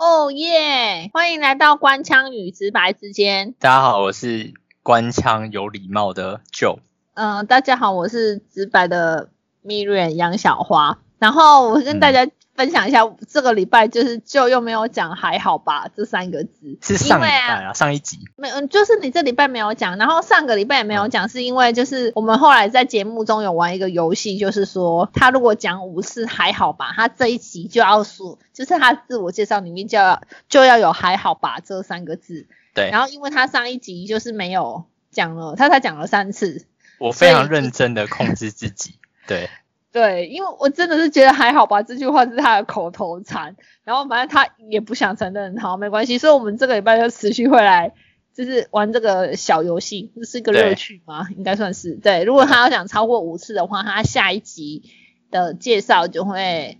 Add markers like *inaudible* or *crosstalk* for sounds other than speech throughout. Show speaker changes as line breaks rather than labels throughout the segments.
哦耶！欢迎来到官腔与直白之间。
大家好，我是官腔有礼貌的 Joe。
嗯、大家好，我是直白的 Miriam 杨小花。然后我跟大家分享一下，这个礼拜就是就又没有讲还好吧这三个字，
是上
因为
礼拜
啊
啊，上一集
没有，嗯就是你这礼拜没有讲，然后上个礼拜也没有讲，是因为就是我们后来在节目中有玩一个游戏，就是说他如果讲五次还好吧，他这一集就要说，就是他自我介绍里面就要就要有还好吧这三个字。
对
然后因为他上一集就是没有讲了，他才讲了三次。
我非常
所以
认真的控制自己。对，
对，因为我真的是觉得还好吧，这句话是他的口头禅，然后反正他也不想承认，好没关系，所以我们这个礼拜就持续会来，就是玩这个小游戏，这是一个
对
乐趣吗？应该算是对。如果他要讲超过五次的话，他下一集的介绍就会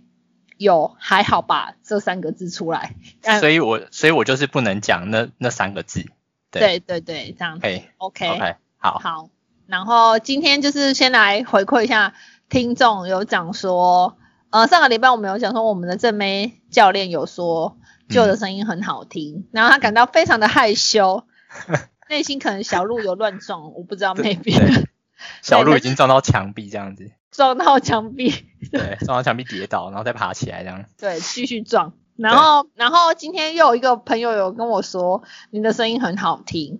有“还好吧”这三个字出来。但
所以我所以我就是不能讲那那三个字。
对
对
对对，这样子
嘿
OK
，OK，好，
好，然后今天就是先来回馈一下听众，有讲说，呃，上个礼拜我们有讲说，我们的正妹教练有说旧的声音很好听，
*laughs*
然后他感到非常的害羞，内心可能小鹿有乱撞，我不知道
*laughs* 对
maybe
对小鹿已经撞到墙壁这样子，
*laughs* 撞到墙壁，
对，撞到墙壁跌倒，然后再爬起来这样。
对，继续撞。然后，然后今天又有一个朋友有跟我说，你的声音很好听，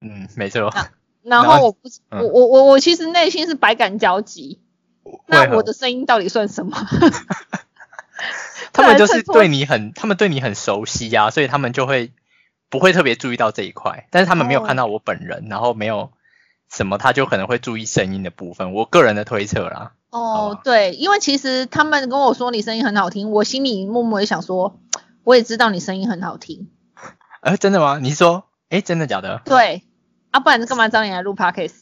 嗯，没错，
然
然
后
后
我不，
嗯
我我我我其实内心是百感交集，
会
那
很
我的声音到底算什么？
他们就是
衬托
对你很，他们对你很熟悉啊，所以他们就会不会特别注意到这一块，但是他们没有
哦
看到我本人，然后没有什么，他就可能会注意声音的部分，我个人的推测啦。好
哦
吧，
对，因为其实他们跟我说你声音很好听，我心里默默也想说，我也知道你声音很好听，
呃，真的吗？你是说，哎，真的假的？
对，啊，不然干嘛找你来录 podcast？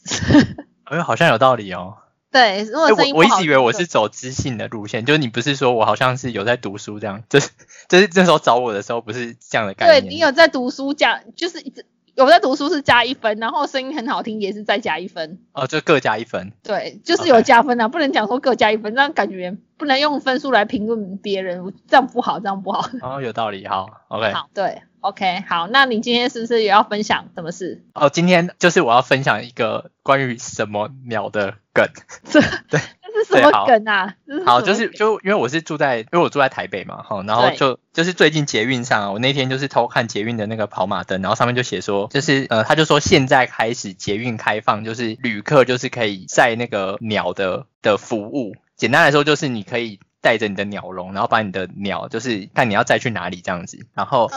*laughs*
哎、好像有道理哦。
对，如果
诶
声音
我我
不
一
好
直以为我
听
是走知性的路线，就是你不是说我好像是有在读书这样，就是就是那时候找我的时候不是这样的概
对
念。
对你有在读书加，就是一直有在读书是加一分，然后声音很好听也是再加一分，
哦，就各加一分。
对，就是有
OK
加分啊不能讲说各加一分，这样感觉不能用分数来评论别人，这样不好，这样不好。
哦，有道理。好，OK。
好，对，OK，好，那你今天是不是也要分享什么事？
哦，今天就是我要分享一个关于什么鸟的梗。
这这是什
对
么
好
梗啊？这什
*laughs* 好，
么
就是
梗
就因为我是住在，因为我住在台北嘛，哈，然后
对
就就是最近捷运上啊，我那天就是偷看捷运的那个跑马灯，然后上面就写说，就是呃，他就说现在开始捷运开放，就是旅客就是可以晒那个鸟的的服务，简单来说就是你可以。带着你的鸟笼，然后把你的鸟，就是看你要再去哪里这样子。然后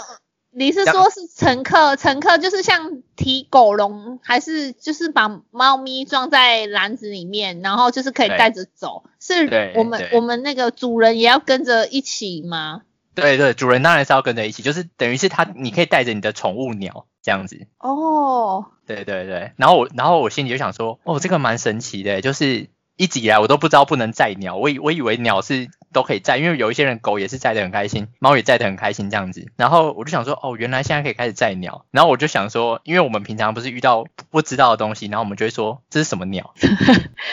你是
这样
说是乘客，乘客就是像提狗笼，还是就是把猫咪装在篮子里面，然后就是可以
对
带着走？是
对
我们
对
我们那个主人也要跟着一起吗？
对对，主人当然是要跟着一起，就是等于是他，你可以带着你的宠物鸟这样子。
哦， *laughs*
对对对，然后我然后我心里就想说，哦，这个蛮神奇的，就是一直以来我都不知道不能载鸟，我以我以为鸟是都可以载，因为有一些人狗也是载的很开心，猫也载的很开心这样子。然后我就想说，哦，原来现在可以开始载鸟。然后我就想说，因为我们平常不是遇到不不知道的东西，然后我们就会说这是什么鸟？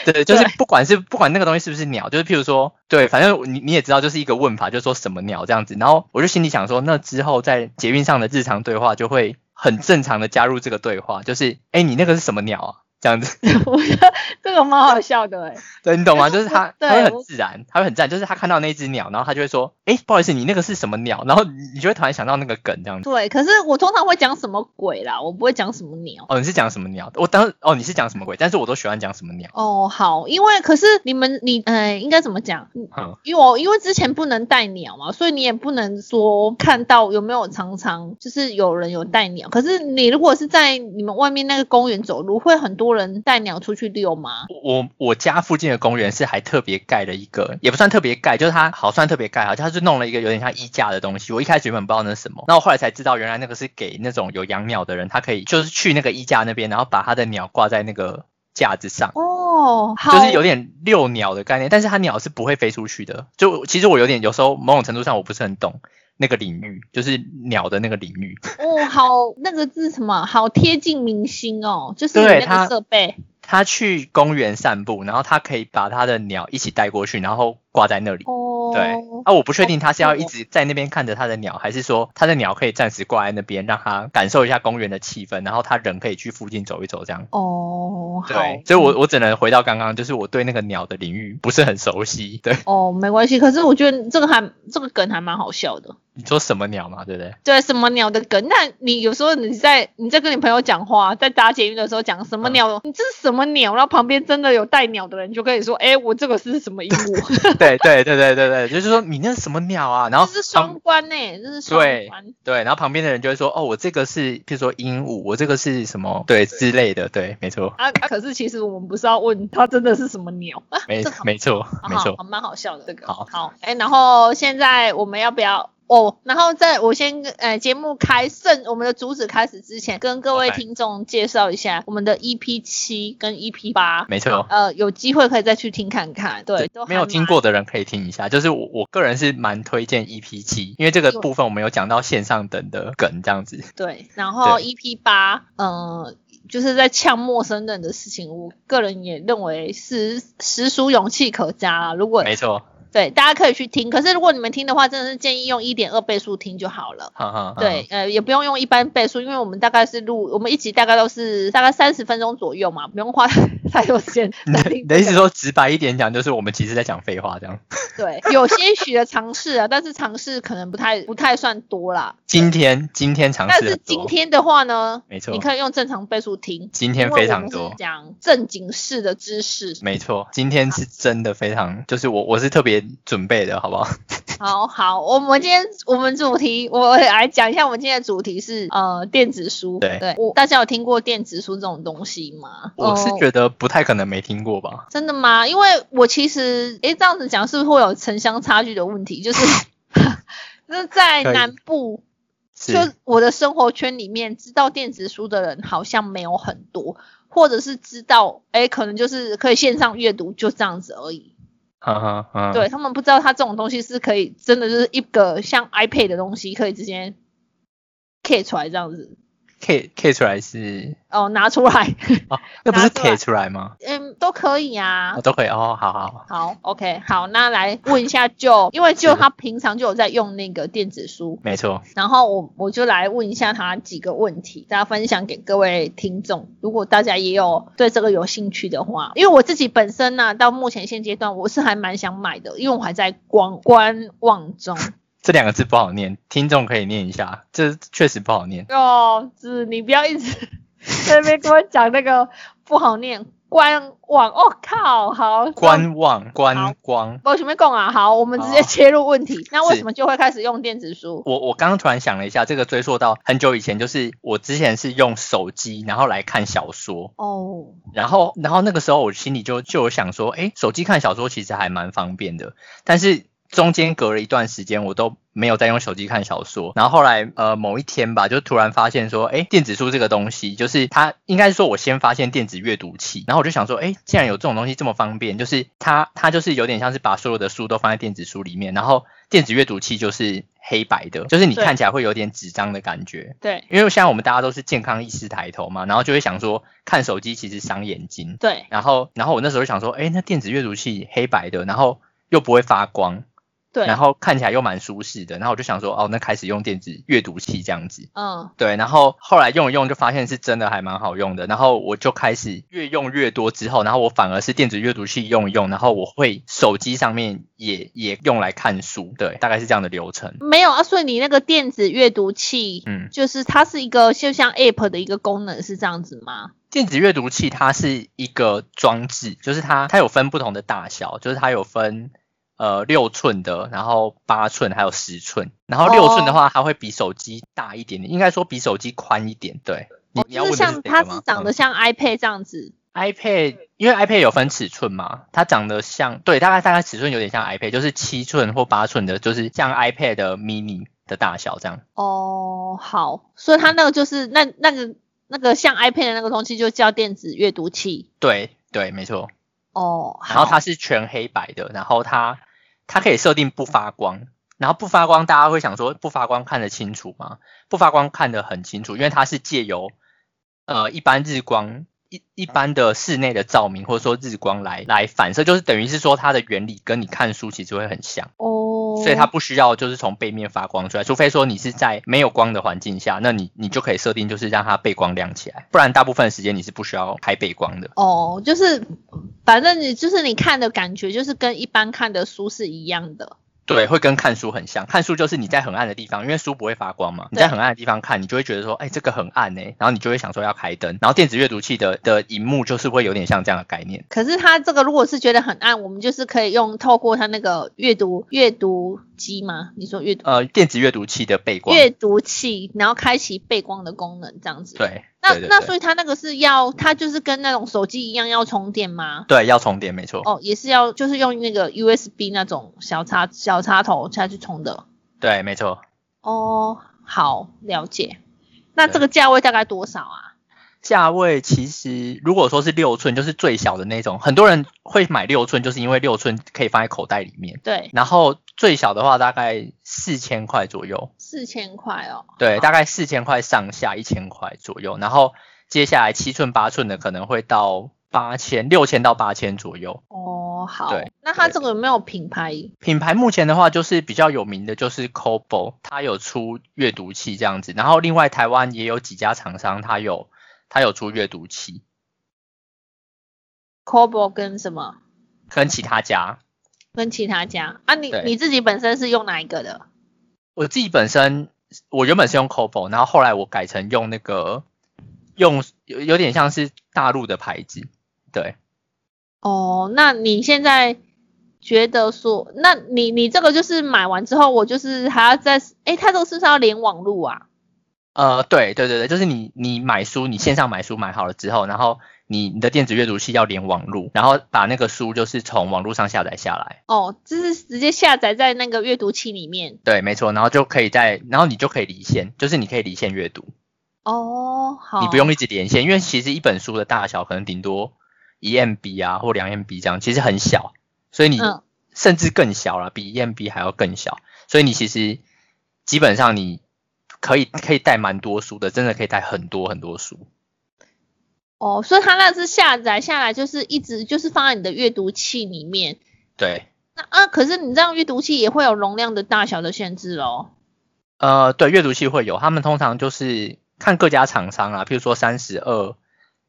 对，就是
对
不管是不管那个东西是不是鸟，就是譬如说，对，反正你你也知道，就是一个问法，就是说什么鸟这样子。然后我就心里想说，那之后在捷运上的日常对话就会很正常的加入这个对话，就是哎，你那个是什么鸟啊？这样子，
我觉得这个蛮好笑的哎、
对你懂吗？就是他，
对
他会
我
很自然，他会很自然，就是他看到那一只鸟，然后他就会说，哎，不好意思，你那个是什么鸟？然后你你就会突然想到那个梗这样子。
对，可是我通常会讲什么鬼啦，我不会讲什么鸟。
哦，你是讲什么鸟？我当时哦，你是讲什么鬼？但是我都喜欢讲什么鸟。
哦，好，因为可是你们你呃，应该怎么讲？
嗯，
因为我因为之前不能带鸟嘛，所以你也不能说看到有没有常常就是有人有带鸟。可是你如果是在你们外面那个公园走路，会很多人带鸟出去遛吗？
我我家附近的公园是还特别盖了一个，也不算特别盖，就是它好算特别盖，好像它是弄了一个有点像衣架的东西。我一开始原本不知道那是什么，那我后来才知道，原来那个是给那种有养鸟的人，他可以就是去那个衣架那边，然后把他的鸟挂在那个架子上。
哦，好，
就是有点遛鸟的概念，但是它鸟是不会飞出去的。就其实我有点有时候某种程度上我不是很懂那个领域，就是鸟的那个领域。
哦，好，那个字什么？好贴近明星哦，就是你
对
那个
它
设备。
他去公园散步，然后他可以把他的鸟一起带过去，然后挂在那里。
哦，
对，啊，我不确定他是要一直在那边看着他的鸟，还是说他的鸟可以暂时挂在那边，让他感受一下公园的气氛，然后他人可以去附近走一走这样。
哦，好
对，所以我我只能回到刚刚，就是我对那个鸟的领域不是很熟悉。对，
哦，没关系。可是我觉得这个还这个梗还蛮好笑的。
你说什么鸟嘛，对不对？
对，什么鸟的梗？那你有时候你在你在跟你朋友讲话，在搭捷运的时候讲什么鸟？
嗯
你这是什么鸟？然后旁边真的有带鸟的人就跟你说，哎、我这个是什么鹦鹉？
对对对对对对，就是说你那是什么鸟啊？ *laughs* 然
这
后
是
旁
双关呢、这是双
对
关。
对，然后旁边的人就会说，哦，我这个是，譬如说鹦鹉，我这个是什么，对之类的，对，没错，
啊，啊可是其实我们不是要问它真的是什么鸟，啊、
没
这个好
没错
好
没
好
错
好，蛮好笑的这个。
好
好，哎、然后现在我们要不要？哦，然后在我先呃节目开正我们的主旨开始之前，跟各位
OK
听众介绍一下我们的 EP 七跟 EP 八。
没错。
呃，有机会可以再去听看看，对，都
没有
还
听
蛮
过的人可以听一下，就是我我个人是蛮推荐 EP 七，因为这个部分我们有讲到线上等的梗这样子。
对，然后
对
EP 八，嗯，就是在呛陌生人的事情，我个人也认为是实属勇气可嘉啦。如果
没错，
对大家可以去听，可是如果你们听的话，真的是建议用一点二倍速听就好了。
哈哈。哈
对，，呃，也不用用一般倍速，因为我们大概是录，我们一集大概都是大概三十分钟左右嘛，不用花太多时间
*laughs* 你
在
的
听
你的意思说直白一点讲，就是我们其实在讲废话这样。
对，有些许的尝试啊，但是尝试可能不太不太算多啦。
今天今天尝
但
试
是
很
今
多，
天的话呢，
没错
你可以用正常倍速听，
今
因
天
为
非
我
常
们是
多。
讲正经事的知识。
没错，今天是真的非常，就是我我是特别准备的，好不好？ *laughs*
好好，我们今天我们主题，我来讲一下，我们今天的主题是呃电子书。
对
我大家有听过电子书这种东西吗？
我是
呃
觉得不太可能没听过吧。
真的吗？因为我其实，诶，这样子讲是不是会有城乡差距的问题？
*laughs*
就是，就是在
可以
南部，
是
就我的生活圈里面，知道电子书的人好像没有很多，或者是知道，诶，可能就是可以线上阅读，就这样子而已。
哈哈嗯哈。
对他们不知道，它这种东西是可以真的就是一个像 iPad 的东西，可以直接 K 出来这样子，
，K K 出来是
哦，拿出来， *laughs*
哦，那不是
拿出来
K 出来吗？
嗯，都可以啊
哦，。都可以哦，好好好，
好，OK，好，那来问一下就，因为就是他平常就有在用那个电子书，
没错，
然后我我就来问一下他几个问题，大家分享给各位听众。如果大家也有对这个有兴趣的话，因为我自己本身呢、到目前现阶段我是还蛮想买的，因为我还在观观望中。
这两个字不好念，听众可以念一下，这确实不好念。
哦，子，你不要一直 *laughs* 在那边跟我讲那个不好念观望。哦靠，好
观望
好
观光，
我前面讲啊，好，我们直接
好
切入问题。那为
是
什么就会开始用电子书？
我我刚刚突然想了一下，这个追溯到很久以前，就是我之前是用手机然后来看小说，
哦，
然后然后那个时候我心里就就有想说，诶，手机看小说其实还蛮方便的，但是中间隔了一段时间，我都没有再用手机看小说。然后后来呃某一天吧，就突然发现说，诶，电子书这个东西，就是它应该是说我先发现电子阅读器，然后我就想说，诶，既然有这种东西这么方便，就是它它就是有点像是把所有的书都放在电子书里面，然后电子阅读器就是黑白的，就是你
对
看起来会有点纸张的感觉。
对
因为现在我们大家都是健康意识抬头嘛，然后就会想说看手机其实伤眼睛，
对，
然后然后我那时候就想说，哎，那电子阅读器黑白的，然后又不会发光，
对，
然后看起来又蛮舒适的，然后我就想说，哦，那开始用电子阅读器这样子。
嗯，
对，然后后来用一用就发现是真的还蛮好用的，然后我就开始越用越多之后，然后我反而是电子阅读器用一用，然后我会手机上面也也用来看书，对，大概是这样的流程。
没有啊，所以你那个电子阅读器，
嗯，
就是它是一个就像 App 的一个功能，是这样子吗？
电子阅读器它是一个装置，就是它它有分不同的大小，就是它有分呃六寸的，然后八寸还有十寸。然后六寸的
哦
话，它会比手机大一点点，应该说比手机宽一点。对，你、你要
哦就
问
是
的是
像
这
它
个吗
是长得
嗯
像 iPad 这样子，
iPad，因为 iPad 有分尺寸嘛，它长得像对，大概大概尺寸有点像 iPad，就是七寸或八寸的，就是像 iPad 的 mini 的大小这样。
哦，好，所以它那个就是那那个那个像 iPad 的那个东西就叫电子阅读器。
对对，没错。
哦，
然
好，
后它是全黑白的，然后它它可以设定不发光，然后不发光大家会想说不发光看得清楚吗？不发光看得很清楚，因为它是借由呃一般日光一一般的室内的照明或者说日光来来反射，就是等于是说它的原理跟你看书其实会很像，
哦，
所以它不需要就是从背面发光出来，除非说你是在没有光的环境下，那你你就可以设定就是让它背光亮起来，不然大部分时间你是不需要开背光的。
哦，就是反正你就是你看的感觉，就是跟一般看的书是一样的。
对，会跟看书很像。看书就是你在很暗的地方，因为书不会发光嘛，你
对
在很暗的地方看，你就会觉得说，哎、这个很暗呢、然后你就会想说要开灯。然后电子阅读器的的荧幕就是会有点像这样的概念。
可是它这个如果是觉得很暗，我们就是可以用透过它那个阅读阅读机吗？你说阅读
呃，电子阅读器的背光，
阅读器，然后开启背光的功能这样子。。
对，
那
对对
那
对
所以它那个是要，它就是跟那种手机一样要充电吗？
对要重叠，没错。
哦，也是要，就是用那个 USB 那种小插小插头下去充的。
对，没错。
哦，好，了解。那
对
这个价位大概多少啊？
价位其实如果说是六寸，就是最小的那种，很多人会买六寸，就是因为六寸可以放在口袋里面。
对，
然后最小的话大概四千块左右，
四千块哦。
对，大概四千块上下，一千块左右。然后接下来七寸、八寸的可能会到八千、六千到八千左右。
哦，好
对。
那它
对
这个有没有品牌？
品牌目前的话，就是比较有名的就是 Kobo，它有出阅读器这样子。然后另外台湾也有几家厂商，它有它有出阅读器，
c o b o 跟什么？
跟其他家。
跟其他家啊你？
对
你自己本身是用哪一个的？
我自己本身，我原本是用 Kobo，然后后来我改成用那个用有有点像是大陆的牌子，对。
哦，那你现在觉得说，那你你这个就是买完之后，我就是还要再，诶，它这个是不是要连网路啊？
呃，对对对对，就是你你买书，你线上买书买好了之后，然后你你的电子阅读器要连网路，然后把那个书就是从网络上下载下来。
哦，就是直接下载在那个阅读器里面。
对，没错，然后就可以在，然后你就可以离线，就是你可以离线阅读，
哦，好，
你不用一直连线，因为其实一本书的大小可能顶多一 MB 啊或两 MB 这样，其实很小，所以你
嗯
甚至更小了，比一 MB 还要更小，所以你其实基本上你可以可以带蛮多书的，真的可以带很多很多书。
哦，所以它那是下载下来，就是一直就是放在你的阅读器里面。
对，
那啊，可是你这样阅读器也会有容量的大小的限制喽。
呃，对，阅读器会有，他们通常就是看各家厂商啊，譬如说三十二、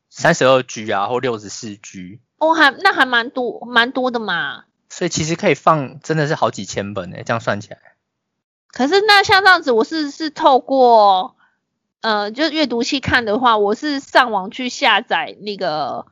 三十二 G 啊，或六十四 G，
哦，还那还蛮多蛮多的嘛。
所以其实可以放真的是好几千本诶、欸这样算起来。
可是那像这样子，我是是透过呃，就是阅读器看的话，我是上网去下载那个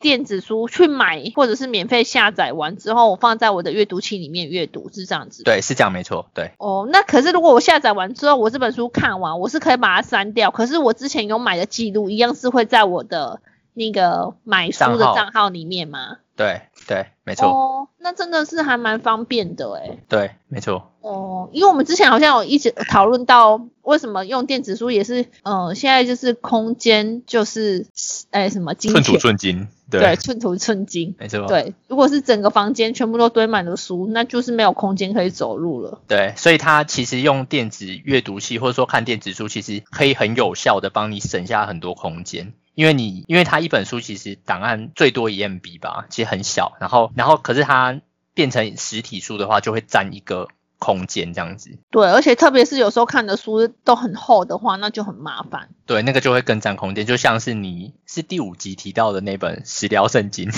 电子书去买，或者是免费下载完之后，我放在我的阅读器里面阅读，是这样子。。
对，是这样没错。对，
哦，那可是如果我下载完之后，我这本书看完，我是可以把它删掉。可是我之前有买的记录，一样是会在我的那个买书的
账号
账号里面吗？
对，对，没错，
哦，那真的是还蛮方便的欸诶。
对，没错。
哦，因为我们之前好像有一直讨论到，为什么用电子书也是，嗯、现在就是空间就是，哎、什么金钱，
寸金，啊
对，，寸土寸金，
没错。
对。如果是整个房间全部都堆满了书，那就是没有空间可以走路了。
对，所以它其实用电子阅读器或者说看电子书，其实可以很有效的帮你省下很多空间。因为你，因为它一本书其实档案最多一 MB 吧，其实很小。然后，然后可是它变成实体书的话，就会占一个空间这样子。
对，而且特别是有时候看的书都很厚的话，那就很麻烦。
对，那个就会更占空间。就像是你是第五集提到的那本《食疗圣经》，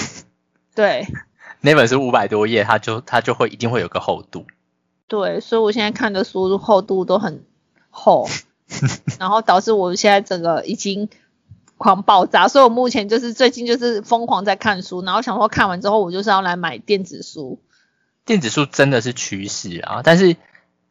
对
那本书五百多页，它就它就会一定会有个厚度。
对，所以我现在看的书厚度都很
*laughs*
厚，然后导致我现在整个已经狂爆炸，所以我目前就是最近就是疯狂在看书，然后想说看完之后我就是要来买电子书。
电子书真的是趋势啊，但是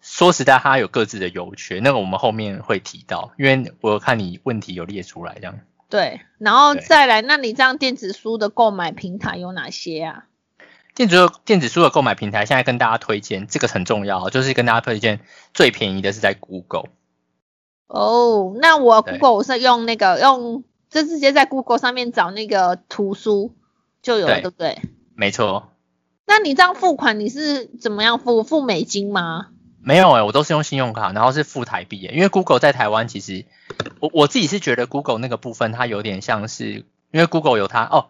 说实在，它有各自的优缺，那个我们后面会提到，因为我看你问题有列出来这样。
对，然后
对
再来，那你这样电子书的购买平台有哪些啊？
电子书电子书的购买平台，现在跟大家推荐这个很重要，啊就是跟大家推荐最便宜的是在 Google。
哦、那我
对
Google 我是用那个用，就直接在 Google 上面找那个图书就有了，
对
对不对？
没错，
那你这样付款你是怎么样付？付美金吗？
没有诶、欸我都是用信用卡，然后是付台币欸耶、因为 Google 在台湾其实，我我自己是觉得 Google 那个部分它有点像是，因因为 Google 有它哦，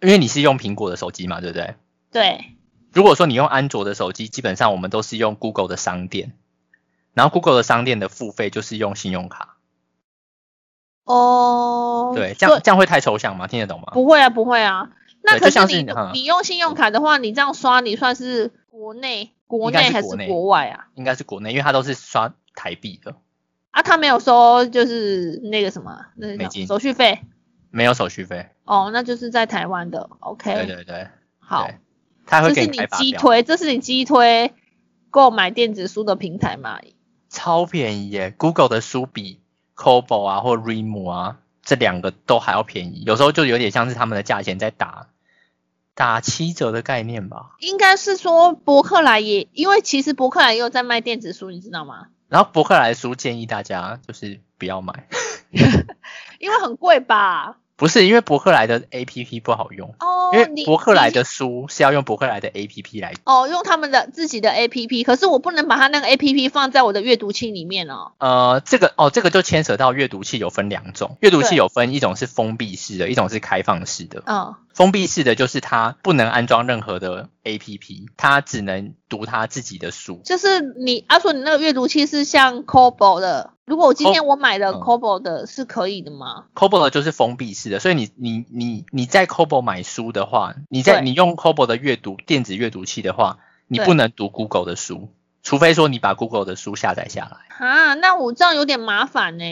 因为你是用苹果的手机嘛，对不对？
对，
如果说你用安卓的手机，基本上我们都是用 Google 的商店，然后 Google 的商店的付费就是用信用卡。
哦，
对，这样这样会太抽象吗？听得懂吗？
不会啊，不会啊。那
对
可
就像
你
是嗯
你用信用卡的话，你这样刷，你算是国内国内
应该
还
是国内
国外啊？
应该是国内，因为它都是刷台币的，
啊，他没有收就是那个什么，那是什
美
么
金
手续费
没有手续费。
哦，那就是在台湾的。OK，
对对对，
哎好
对，它会
这
给
是
你
你
开发
击
票，
推，这是你击推购买电子书的平台嘛？
超便宜耶！Google 的书比 Kobo 啊或 Remo 啊这两个都还要便宜，有时候就有点像是他们的价钱在打打七折的概念吧。
应该是说博客来也，因为其实博客来也有在卖电子书，你知道吗？
然后博客来书建议大家就是不要买，
因为很贵吧？
不是因为博客来的 APP 不好用，
哦，
因
你
为博客来
你
的书是要用博客来的 APP 来，
哦，用他们的自己的 APP，可是我不能把它那个 APP 放在我的阅读器里面哦。
呃，这个哦，这个就牵扯到阅读器有分两种，阅读器
对
有分一种是封闭式的，一种是开放式的。
嗯，
封闭式的就是它不能安装任何的 APP，它只能读它自己的书。
就是你阿说你那个阅读器是像 Kobo 的，如果我今天我买了
嗯
Kobo 的，是可以的吗？
Kobo 的就是封闭式的，所以你你你你在 Kobo 买书的话，你在
对
你用 Kobo 的阅读电子阅读器的话，你
对
不能读 Google 的书，除非说你把 Google 的书下载下来。
啊，那我这样有点麻烦呢、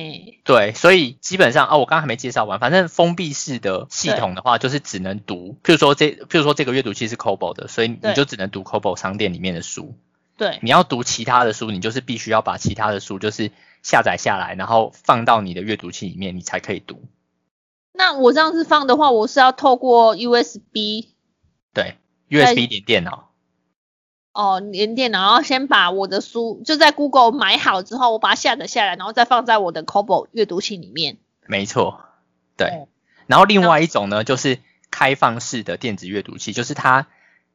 对，所以基本上哦，我刚刚还没介绍完，反正封闭式的系统的话，就是只能读，譬如说这，譬如说这个阅读器是 Kobo 的，所以
对
你就只能读 Kobo 商店里面的书。
对，
你要读其他的书，你就是必须要把其他的书就是下载下来，然后放到你的阅读器里面，你才可以读。
那我这样子放的话，我是要透过 USB
对
在
，USB 连电脑，
哦连电脑，然后先把我的书就在 Google 买好之后，我把它下载下来，然后再放在我的 Kobo 阅读器里面。
没错，对。
哦
然后另外一种呢，就是开放式的电子阅读器，就是它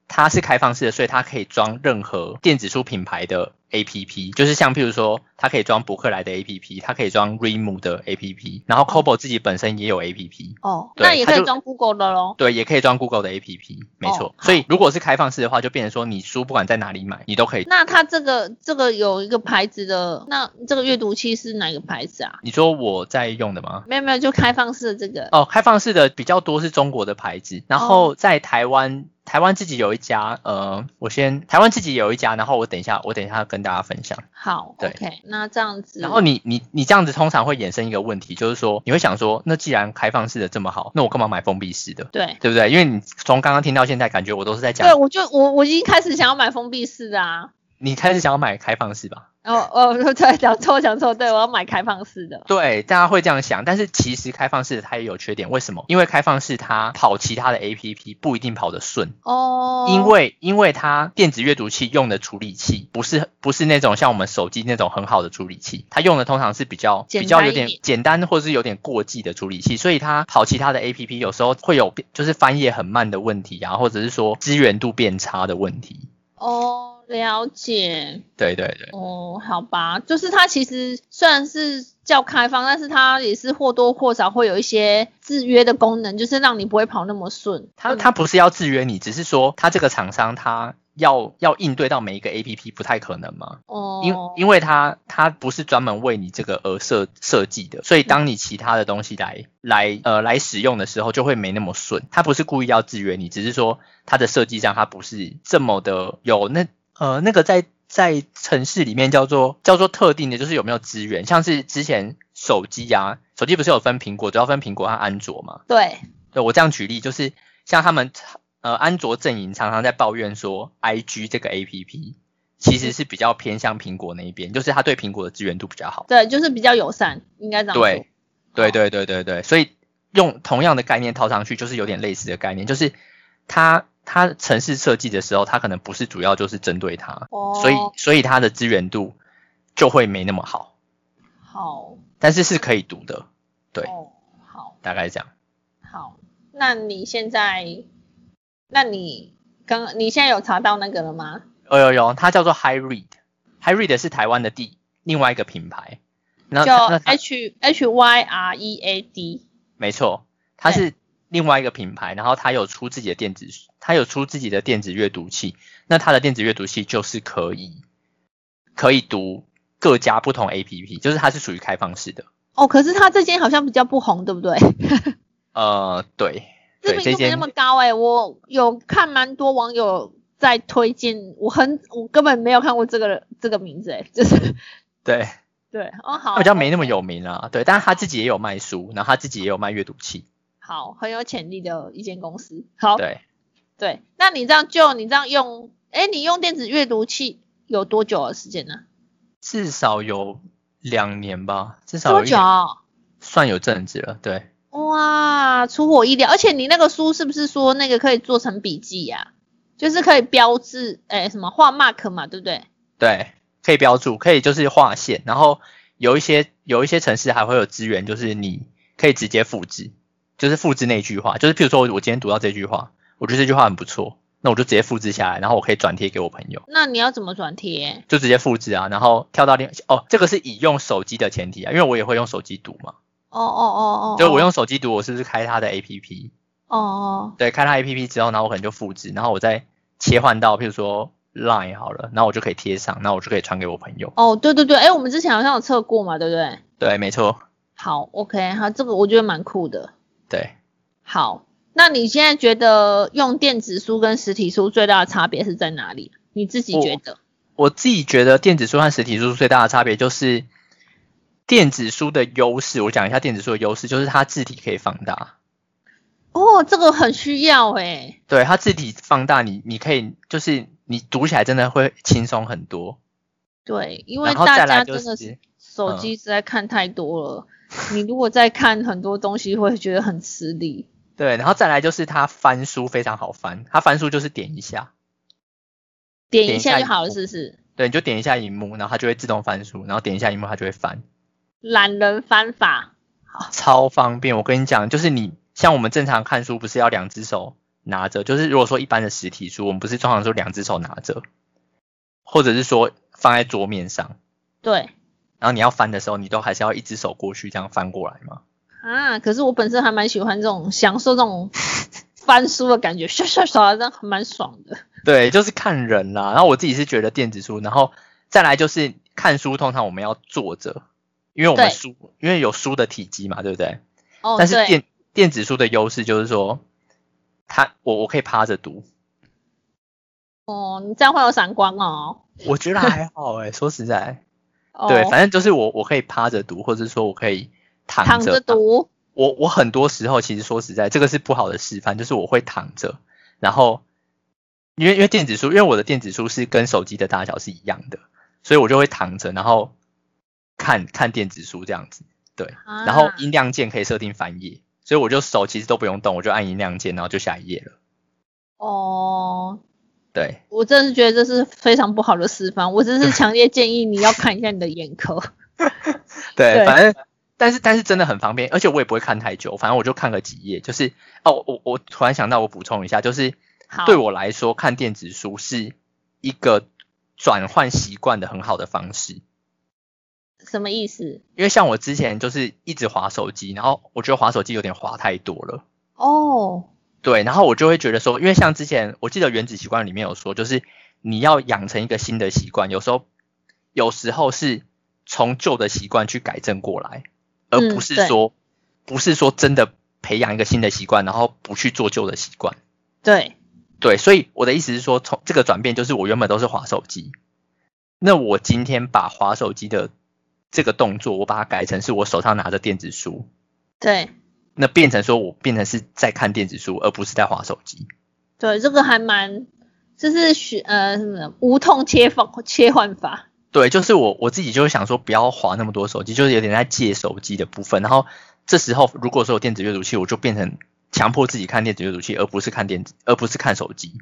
它是开放式的，所以它可以装任何电子书品牌的 APP，就是像譬如说，它可以装博客来的 APP，它可以装 Remo 的 APP，然后 Kobo 自己本身也有 APP。
哦，
对
那也
它
可以
就
装 Google 的喽。
对，也可以装 Google 的 APP，没错。
哦好
所以如果是开放式的话，就变成说你书不管在哪里买，你都可以。
那它这个这个有一个牌子的，那这个阅读器是哪个牌子啊？
你说我在用的吗？
没有没有，就开放式的这个。
哦，开放式的比较多是中国的牌子，然后在台湾，台湾自己有一家，呃，我先台湾自己有一家，然后我等一下，我等一下跟大家分享。
好
对
，OK，那这样子。
然后你你你这样子通常会衍生一个问题，就是说你会想说，那既然开放式的这么好，那我干嘛买封闭式的？
对
对不对？因为你从刚刚听到现在，感觉我都是在
对，
讲，
我就我我已经开始想要买封闭式的啊。
你开始想要买开放式吧？
哦哦， *laughs* 对，讲错讲错，对我要买开放式的。
对，大家会这样想，但是其实开放式的它也有缺点，为什么？因为开放式它跑其他的 APP 不一定跑得顺，
哦。
因为因为它电子阅读器用的处理器不是不是那种像我们手机那种很好的处理器，它用的通常是比较
简单
比较有点
一点
简单或是有点过季的处理器，所以它跑其他的 APP 有时候会有就是翻页很慢的问题啊，或者是说支援度变差的问题。
哦，了解。
对对对，
哦，好吧，就是它其实虽然是叫开放，但是它也是或多或少会有一些制约的功能，就是让你不会跑那么顺。
它
嗯
它不是要制约你，只是说它这个厂商它要要应对到每一个 APP 不太可能嘛。
哦，
因因为它它不是专门为你这个而设设计的，所以当你其他的东西来来呃来使用的时候，就会没那么顺。它不是故意要制约你，只是说它的设计上它不是这么的有那呃那个在在城市里面叫做叫做特定的，就是有没有资源，像是之前手机啊，手机不是有分苹果，主要分苹果和安卓嘛？
对，
对我这样举例，就是像他们呃安卓阵营常常在抱怨说，IG 这个 APP 其实是比较偏向苹果那一边，就是它对苹果的支援度比较好。
对，就是比较友善，应该这样说。
对，对
好
对对对对，所以用同样的概念套上去，就是有点类似的概念，就是它它城市设计的时候，它可能不是主要就是针对它，
哦，
所以所以它的支援度就会没那么好，
好，
但是是可以读的，对
哦，好
大概是这样。
好，那你现在，那你刚你现在有查到那个了吗？
有哦有有，它叫做 High Read，High Read 是台湾的第另外一个品牌。那
就
那它
H H Y R E A D，
没错，它
对
是另外一个品牌，然后它有出自己的电子，它有出自己的电子阅读器，那它的电子阅读器就是可以可以读各家不同 APP，就是它是属于开放式的。
哦，可是它这间好像比较不红，对不对？
呃，对，
知
对，
名
这
度没那
间
么高哎、我有看蛮多网友在推荐，我很我根本没有看过这个这个名字哎、就是
对，
对哦好，
它比较没那么有名啦、对，但是它自己也有卖书，然后它自己也有卖阅读器，
好很有潜力的一间公司。好，
对，
对，那你这样就你这样用，哎，你用电子阅读器有多久的时间呢？
至少有两年吧，至少
多
有一
久？啊
年算有阵子了，对。
哇，出乎我意料！而且你那个书是不是说那个可以做成笔记呀、就是可以标志，哎，什么画 mark 嘛，对不对？
对，可以标注，可以就是划线，然后有一些有一些城市还会有资源，就是你可以直接复制，就是复制那句话，就是譬如说我今天读到这句话，我觉得这句话很不错，那我就直接复制下来，然后我可以转贴给我朋友，
那你要怎么转贴？
就直接复制啊，然后跳到另哦，这个是以用手机的前提啊，因为我也会用手机读嘛，
哦哦哦哦，
就是我用手机读，我是不是开它的 APP？
哦哦
对，开它 APP 之后，然后我可能就复制，然后我再切换到譬如说 Line 好了，然后我就可以贴上，然后我就可以传给我朋友。
哦，对对对，哎，我们之前好像有测过嘛，对不对？
对，没错，
好，OK，好，这个我觉得蛮酷的。
对。
好，那你现在觉得用电子书跟实体书最大的差别是在哪里？你自己觉得？
我自己觉得电子书和实体书最大的差别就是电子书的优势。我讲一下电子书的优势，就是它字体可以放大。
哦，这个很需要哎、
对，它字体放大你，你可以就是你读起来真的会轻松很多。
对，因为
然后
大家
再来就
真的
是，
手
嗯
机实在看太多了，你如果再看很多东西，会觉得很吃力。
对，然后再来就是它翻书非常好翻，它翻书就是点一下，
点
点
一
一
下
下
就
荧
好了，
幕
是不是？
对，你就点一下荧幕，然后它就会自动翻书，然后点一下荧幕它就会翻，
懒人翻法，
超方便。我跟你讲，就是你像我们正常看书不是要两只手拿着，就是如果说一般的实体书，我们不是通常说两只手拿着，或者是说放在桌面上，
对
然后你要翻的时候，你都还是要一只手过去这样翻过来嘛。
啊。可是我本身还蛮喜欢这种享受这
*laughs*
种翻书的感觉，刷刷刷，这样还蛮爽的。
对，就是看人啦。然后我自己是觉得电子书，然后再来就是看书，通常我们要坐着，因为我
对
们书因为有书的体积嘛，对不对？
哦，
但是
对，
电电子书的优势就是说，它我我可以趴着读，
哦，你这样会有闪光哦。
我觉得还好哎、说实在。
哦，
对，反正就是我我可以趴着读，或者说我可以躺
躺着
着。
读，
我我很多时候其实说实在，这个是不好的示范，就是我会躺着，然后因为因为电子书，因为我的电子书是跟手机的大小是一样的，所以我就会躺着，然后看看电子书这样子。对，然后
啊
音量键可以设定翻页，所以我就手其实都不用动，我就按音量键，然后就下一页了。
哦，
对，
我真的是觉得这是非常不好的示范，我只是强烈建议你要看一下你的眼科。对
对，反正但是但是真的很方便，而且我也不会看太久，反正我就看个几页。就是哦，我我突然想到，我补充一下，就是
好，
对我来说，看电子书是一个转换习惯的很好的方式。
什么意思？
因为像我之前就是一直划手机，然后我觉得划手机有点划太多了，
哦，
对，然后我就会觉得说，因为像之前我记得《原子习惯》里面有说，就是你要养成一个新的习惯，有时候有时候是从旧的习惯去改正过来，而
嗯
不是
对
说、不是说真的培养一个新的习惯，然后不去做旧的习惯。
对，
对，所以我的意思是说，从这个转变就是我原本都是划手机，那我今天把划手机的这个动作，我把它改成是我手上拿着电子书，
对，
那变成说我变成是在看电子书，而不是在划手机。
对，这个还蛮，就是学呃什么无痛切换切换法。
对，就是我我自己就会想说，不要划那么多手机，就是有点在借手机的部分。然后这时候如果说有电子阅读器，我就变成强迫自己看电子阅读器，而不是看电子，而不是看手机。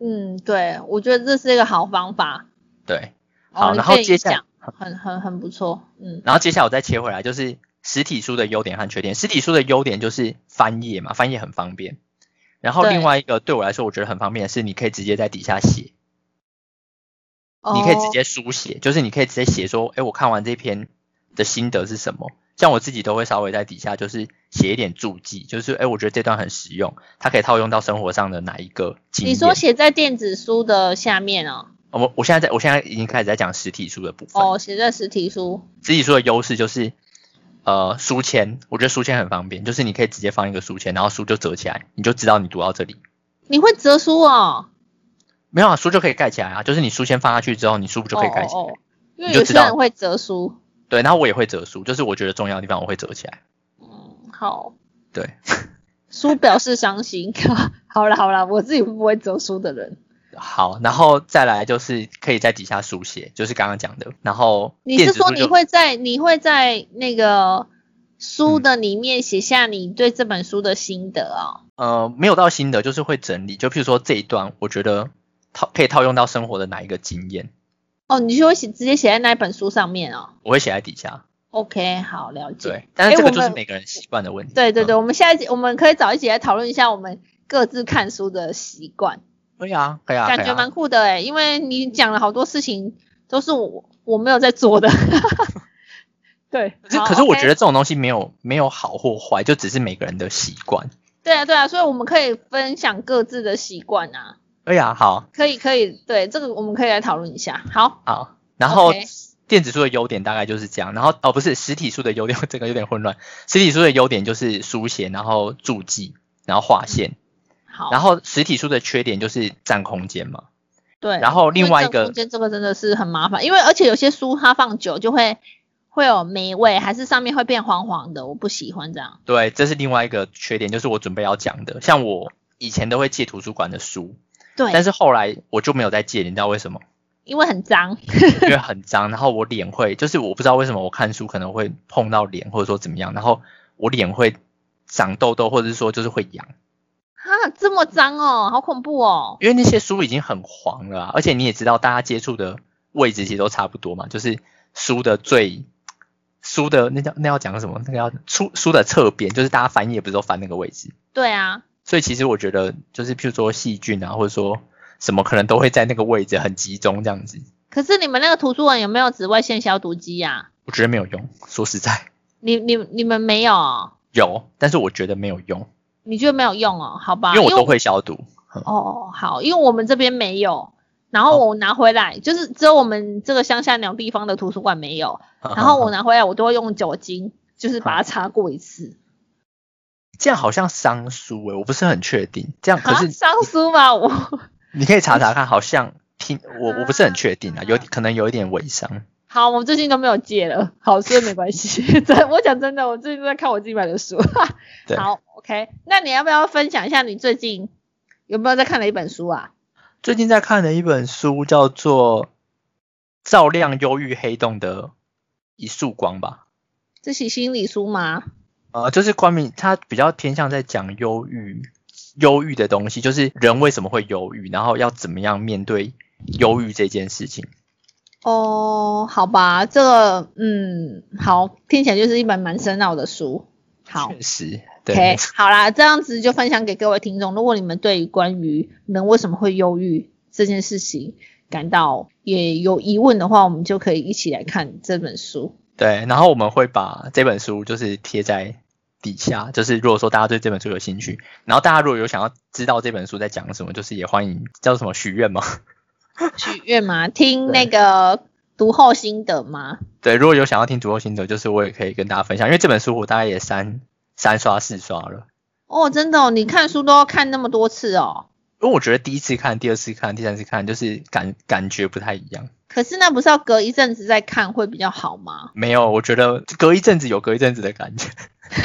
嗯，对，我觉得这是一个好方法。
对，
哦
好，
你
然后
可以
接下来
讲，很很很不错。嗯，
然后接下来我再切回来，就是实体书的优点和缺点。实体书的优点就是翻页嘛，翻页很方便。然后
对
另外一个对我来说，我觉得很方便的是，你可以直接在底下写，你可以直
哦，
接书写，就是你可以直接写说，哎，我看完这篇的心得是什么，像我自己都会稍微在底下就是写一点注记，就是哎、诶我觉得这段很实用，它可以套用到生活上的哪一个
哦
经
你
验？
说写在电子书的下面哦，
我我现在在我现在已经开始在讲实体书的部分。
哦，写在实体书，
实体书的优势就是，呃，书签，我觉得书签很方便，就是你可以直接放一个书签，然后书就折起来，你就知道你读到这里。
你会折书哦？
没有啊，书就可以盖起来啊，就是你书签放下去之后，你书就可以盖起来。
哦哦哦，因为
你就
有
知
些
道
人会折书。
对，然后我也会折书，就是我觉得重要的地方我会折起来。
嗯，好，
对，
书表示伤心。 *laughs* 好啦好啦，我自己不会折书的人。
好，然后再来就是可以在底下书写，就是刚刚讲的。然后
你是
电子
说
书
你
就
会在你会在那个书的里面写下你对这本书的心得哦？
呃没有到心得，就是会整理。就譬如说这一段，我觉得套可以套用到生活的哪一个经验，
哦，你就会写直接写在那本书上面哦。
我会写在底下。
OK，好，了解。
对，但是这
我
个就是
们
每个人习惯的问题。
对对
嗯
对，我们下一集我们可以找一集来讨论一下我们各自看书的习惯，
可以啊，可以啊，
感
可以
觉
啊
蛮酷的哎、因为你讲了好多事情都是我我没有在做的。 *laughs* 对，
可是
好
可是我
OK
觉得这种东西没有没有好或坏，就只是每个人的习惯。
对啊对啊，所以我们可以分享各自的习惯啊，
可以啊，好
可以可以，对这个我们可以来讨论一下。好，
好。然后
OK
电子书的优点大概就是这样，然后哦不是实体书的优点， *laughs* 这个有点混乱。实体书的优点就是书写，然后注记，然后划线，
好，
然后实体书的缺点就是占空间嘛。
对，
然后
因为
另外一
正
个
空间这个真的是很麻烦，因为而且有些书它放久就会会有霉味，还是上面会变黄黄的，我不喜欢这样。
对，这是另外一个缺点，就是我准备要讲的。像我以前都会借图书馆的书，
对，
但是后来我就没有再借，你知道为什么吗？
因为很脏。
因为很脏，然后我脸会，就是我不知道为什么我看书可能会碰到脸，或者说怎么样，然后我脸会长痘痘，或者是说就是会痒，
啊，这么脏哦，好恐怖哦。
因为那些书已经很黄了啊、而且你也知道，大家接触的位置其实都差不多嘛，就是书的最书的那叫那要讲什么？那个要书书的侧边，就是大家翻页不是都翻那个位置，
对啊，
所以其实我觉得就是譬如说细菌啊，或者说什么可能都会在那个位置很集中这样子，
可是你们那个图书馆有没有紫外线消毒机呀、啊？
我觉得没有用，说实在
你你你们没有哦，
有，但是我觉得没有用。
你觉得没有用哦？好吧，
因为我都会消毒。嗯
哦，好，因为我们这边没有。然后我拿回来，就是只有我们这个乡下鸟地方的图书馆没
啊
有。然后我拿回来，我都会用酒精，就是把它擦过一次。
*laughs* 这样好像伤书欸诶、我不是很确定。这样可
啊，
是
伤书吗？我
你可以查查看，好像听我我不是很确定啊，
啊
有可能有一点微伤。
好，我最近都没有戒了，好，所以没关系。 *laughs* 真，我讲真的，我最近都在看我自己买的书。
对
好，OK，那你要不要分享一下你最近有没有在看的一本书啊？
最近在看的一本书叫做《照亮忧郁黑洞的一束光》吧，
这是心理书吗？
呃，就是关明他比较偏向在讲忧郁。忧郁的东西就是人为什么会忧郁，然后要怎么样面对忧郁这件事情。
哦，好吧，这个嗯，好，听起来就是一本蛮深奥的书。好
确实，对没
，OK，
错
好啦，这样子就分享给各位听众。如果你们对于关于人为什么会忧郁这件事情感到也有疑问的话，我们就可以一起来看这本书。
对，然后我们会把这本书就是贴在底下，就是如果说大家对这本书有兴趣，然后大家如果有想要知道这本书在讲什么，就是也欢迎叫什么许愿嘛。
许愿吗？听那个读后心得吗？
对，如果有想要听读后心得，就是我也可以跟大家分享，因为这本书我大概也三三刷四刷了，
哦，真的哦，你看书都要看那么多次哦。
因为我觉得第一次看、第二次看、第三次看，就是感感觉不太一样。
可是那不是要隔一阵子再看会比较好吗？
没有，我觉得隔一阵子有隔一阵子的感觉。
*laughs*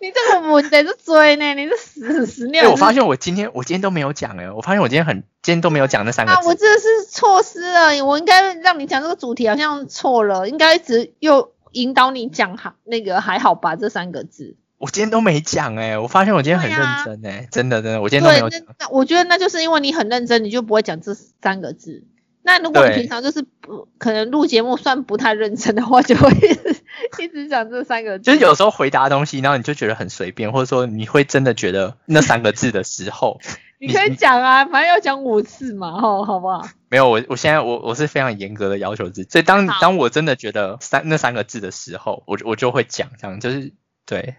你这个我得是追呢，你是死死
哎、
念。
我发现我今天我今天都没有讲哎、我发现我今天很今天都没有讲那三个
啊，我
字。
真的是错失了，我应该让你讲这个主题好像错了，应该只又引导你讲还那个还好吧这三个字。
我今天都没讲哎、我发现我今天很
对
认
啊
真哎、真的真的，我今
对，
天都没有讲
那。那我觉得那就是因为你很认真，你就不会讲这三个字。那如果你
对
平常就是不可能录节目算不太认真的话，就会 *laughs* 一直一直讲这三个字。
就是有时候回答东西，然后你就觉得很随便，或者说你会真的觉得那三个字的时候，
*laughs* 你可以讲啊，反正要讲五次嘛，吼，好不好？
没有，我我现在我我是非常严格的要求自己，所以当
好
当我真的觉得三那三个字的时候，我就我就会讲，这样就是对，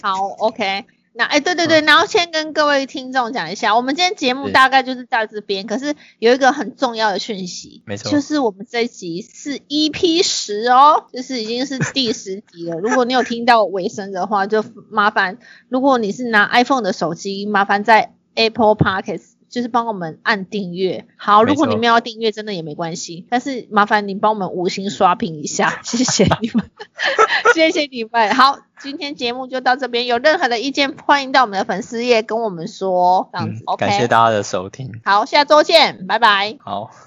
好，OK。那哎，对对对，然后先跟各位听众讲一下，我们今天节目
嗯是
大概就是到这边，可是有一个很重要的讯息，
没错
就是我们这一集是 EP 十哦，就是已经是第十集
*laughs*
了。如果你有听到尾声的话，就麻烦，如果你是拿 iPhone 的手机，麻烦在 Apple Podcast。就是帮我们按订阅，好，
没
如果你
错
们要订阅，真的也没关系，但是麻烦你帮我们五星刷屏一下，谢谢你们。 *laughs* 谢谢你们。好，今天节目就到这边，有任何的意见，欢迎到我们的粉丝页跟我们说，这样
嗯
子。OK，
感谢大家的收听，
好，下周见，拜拜。
好。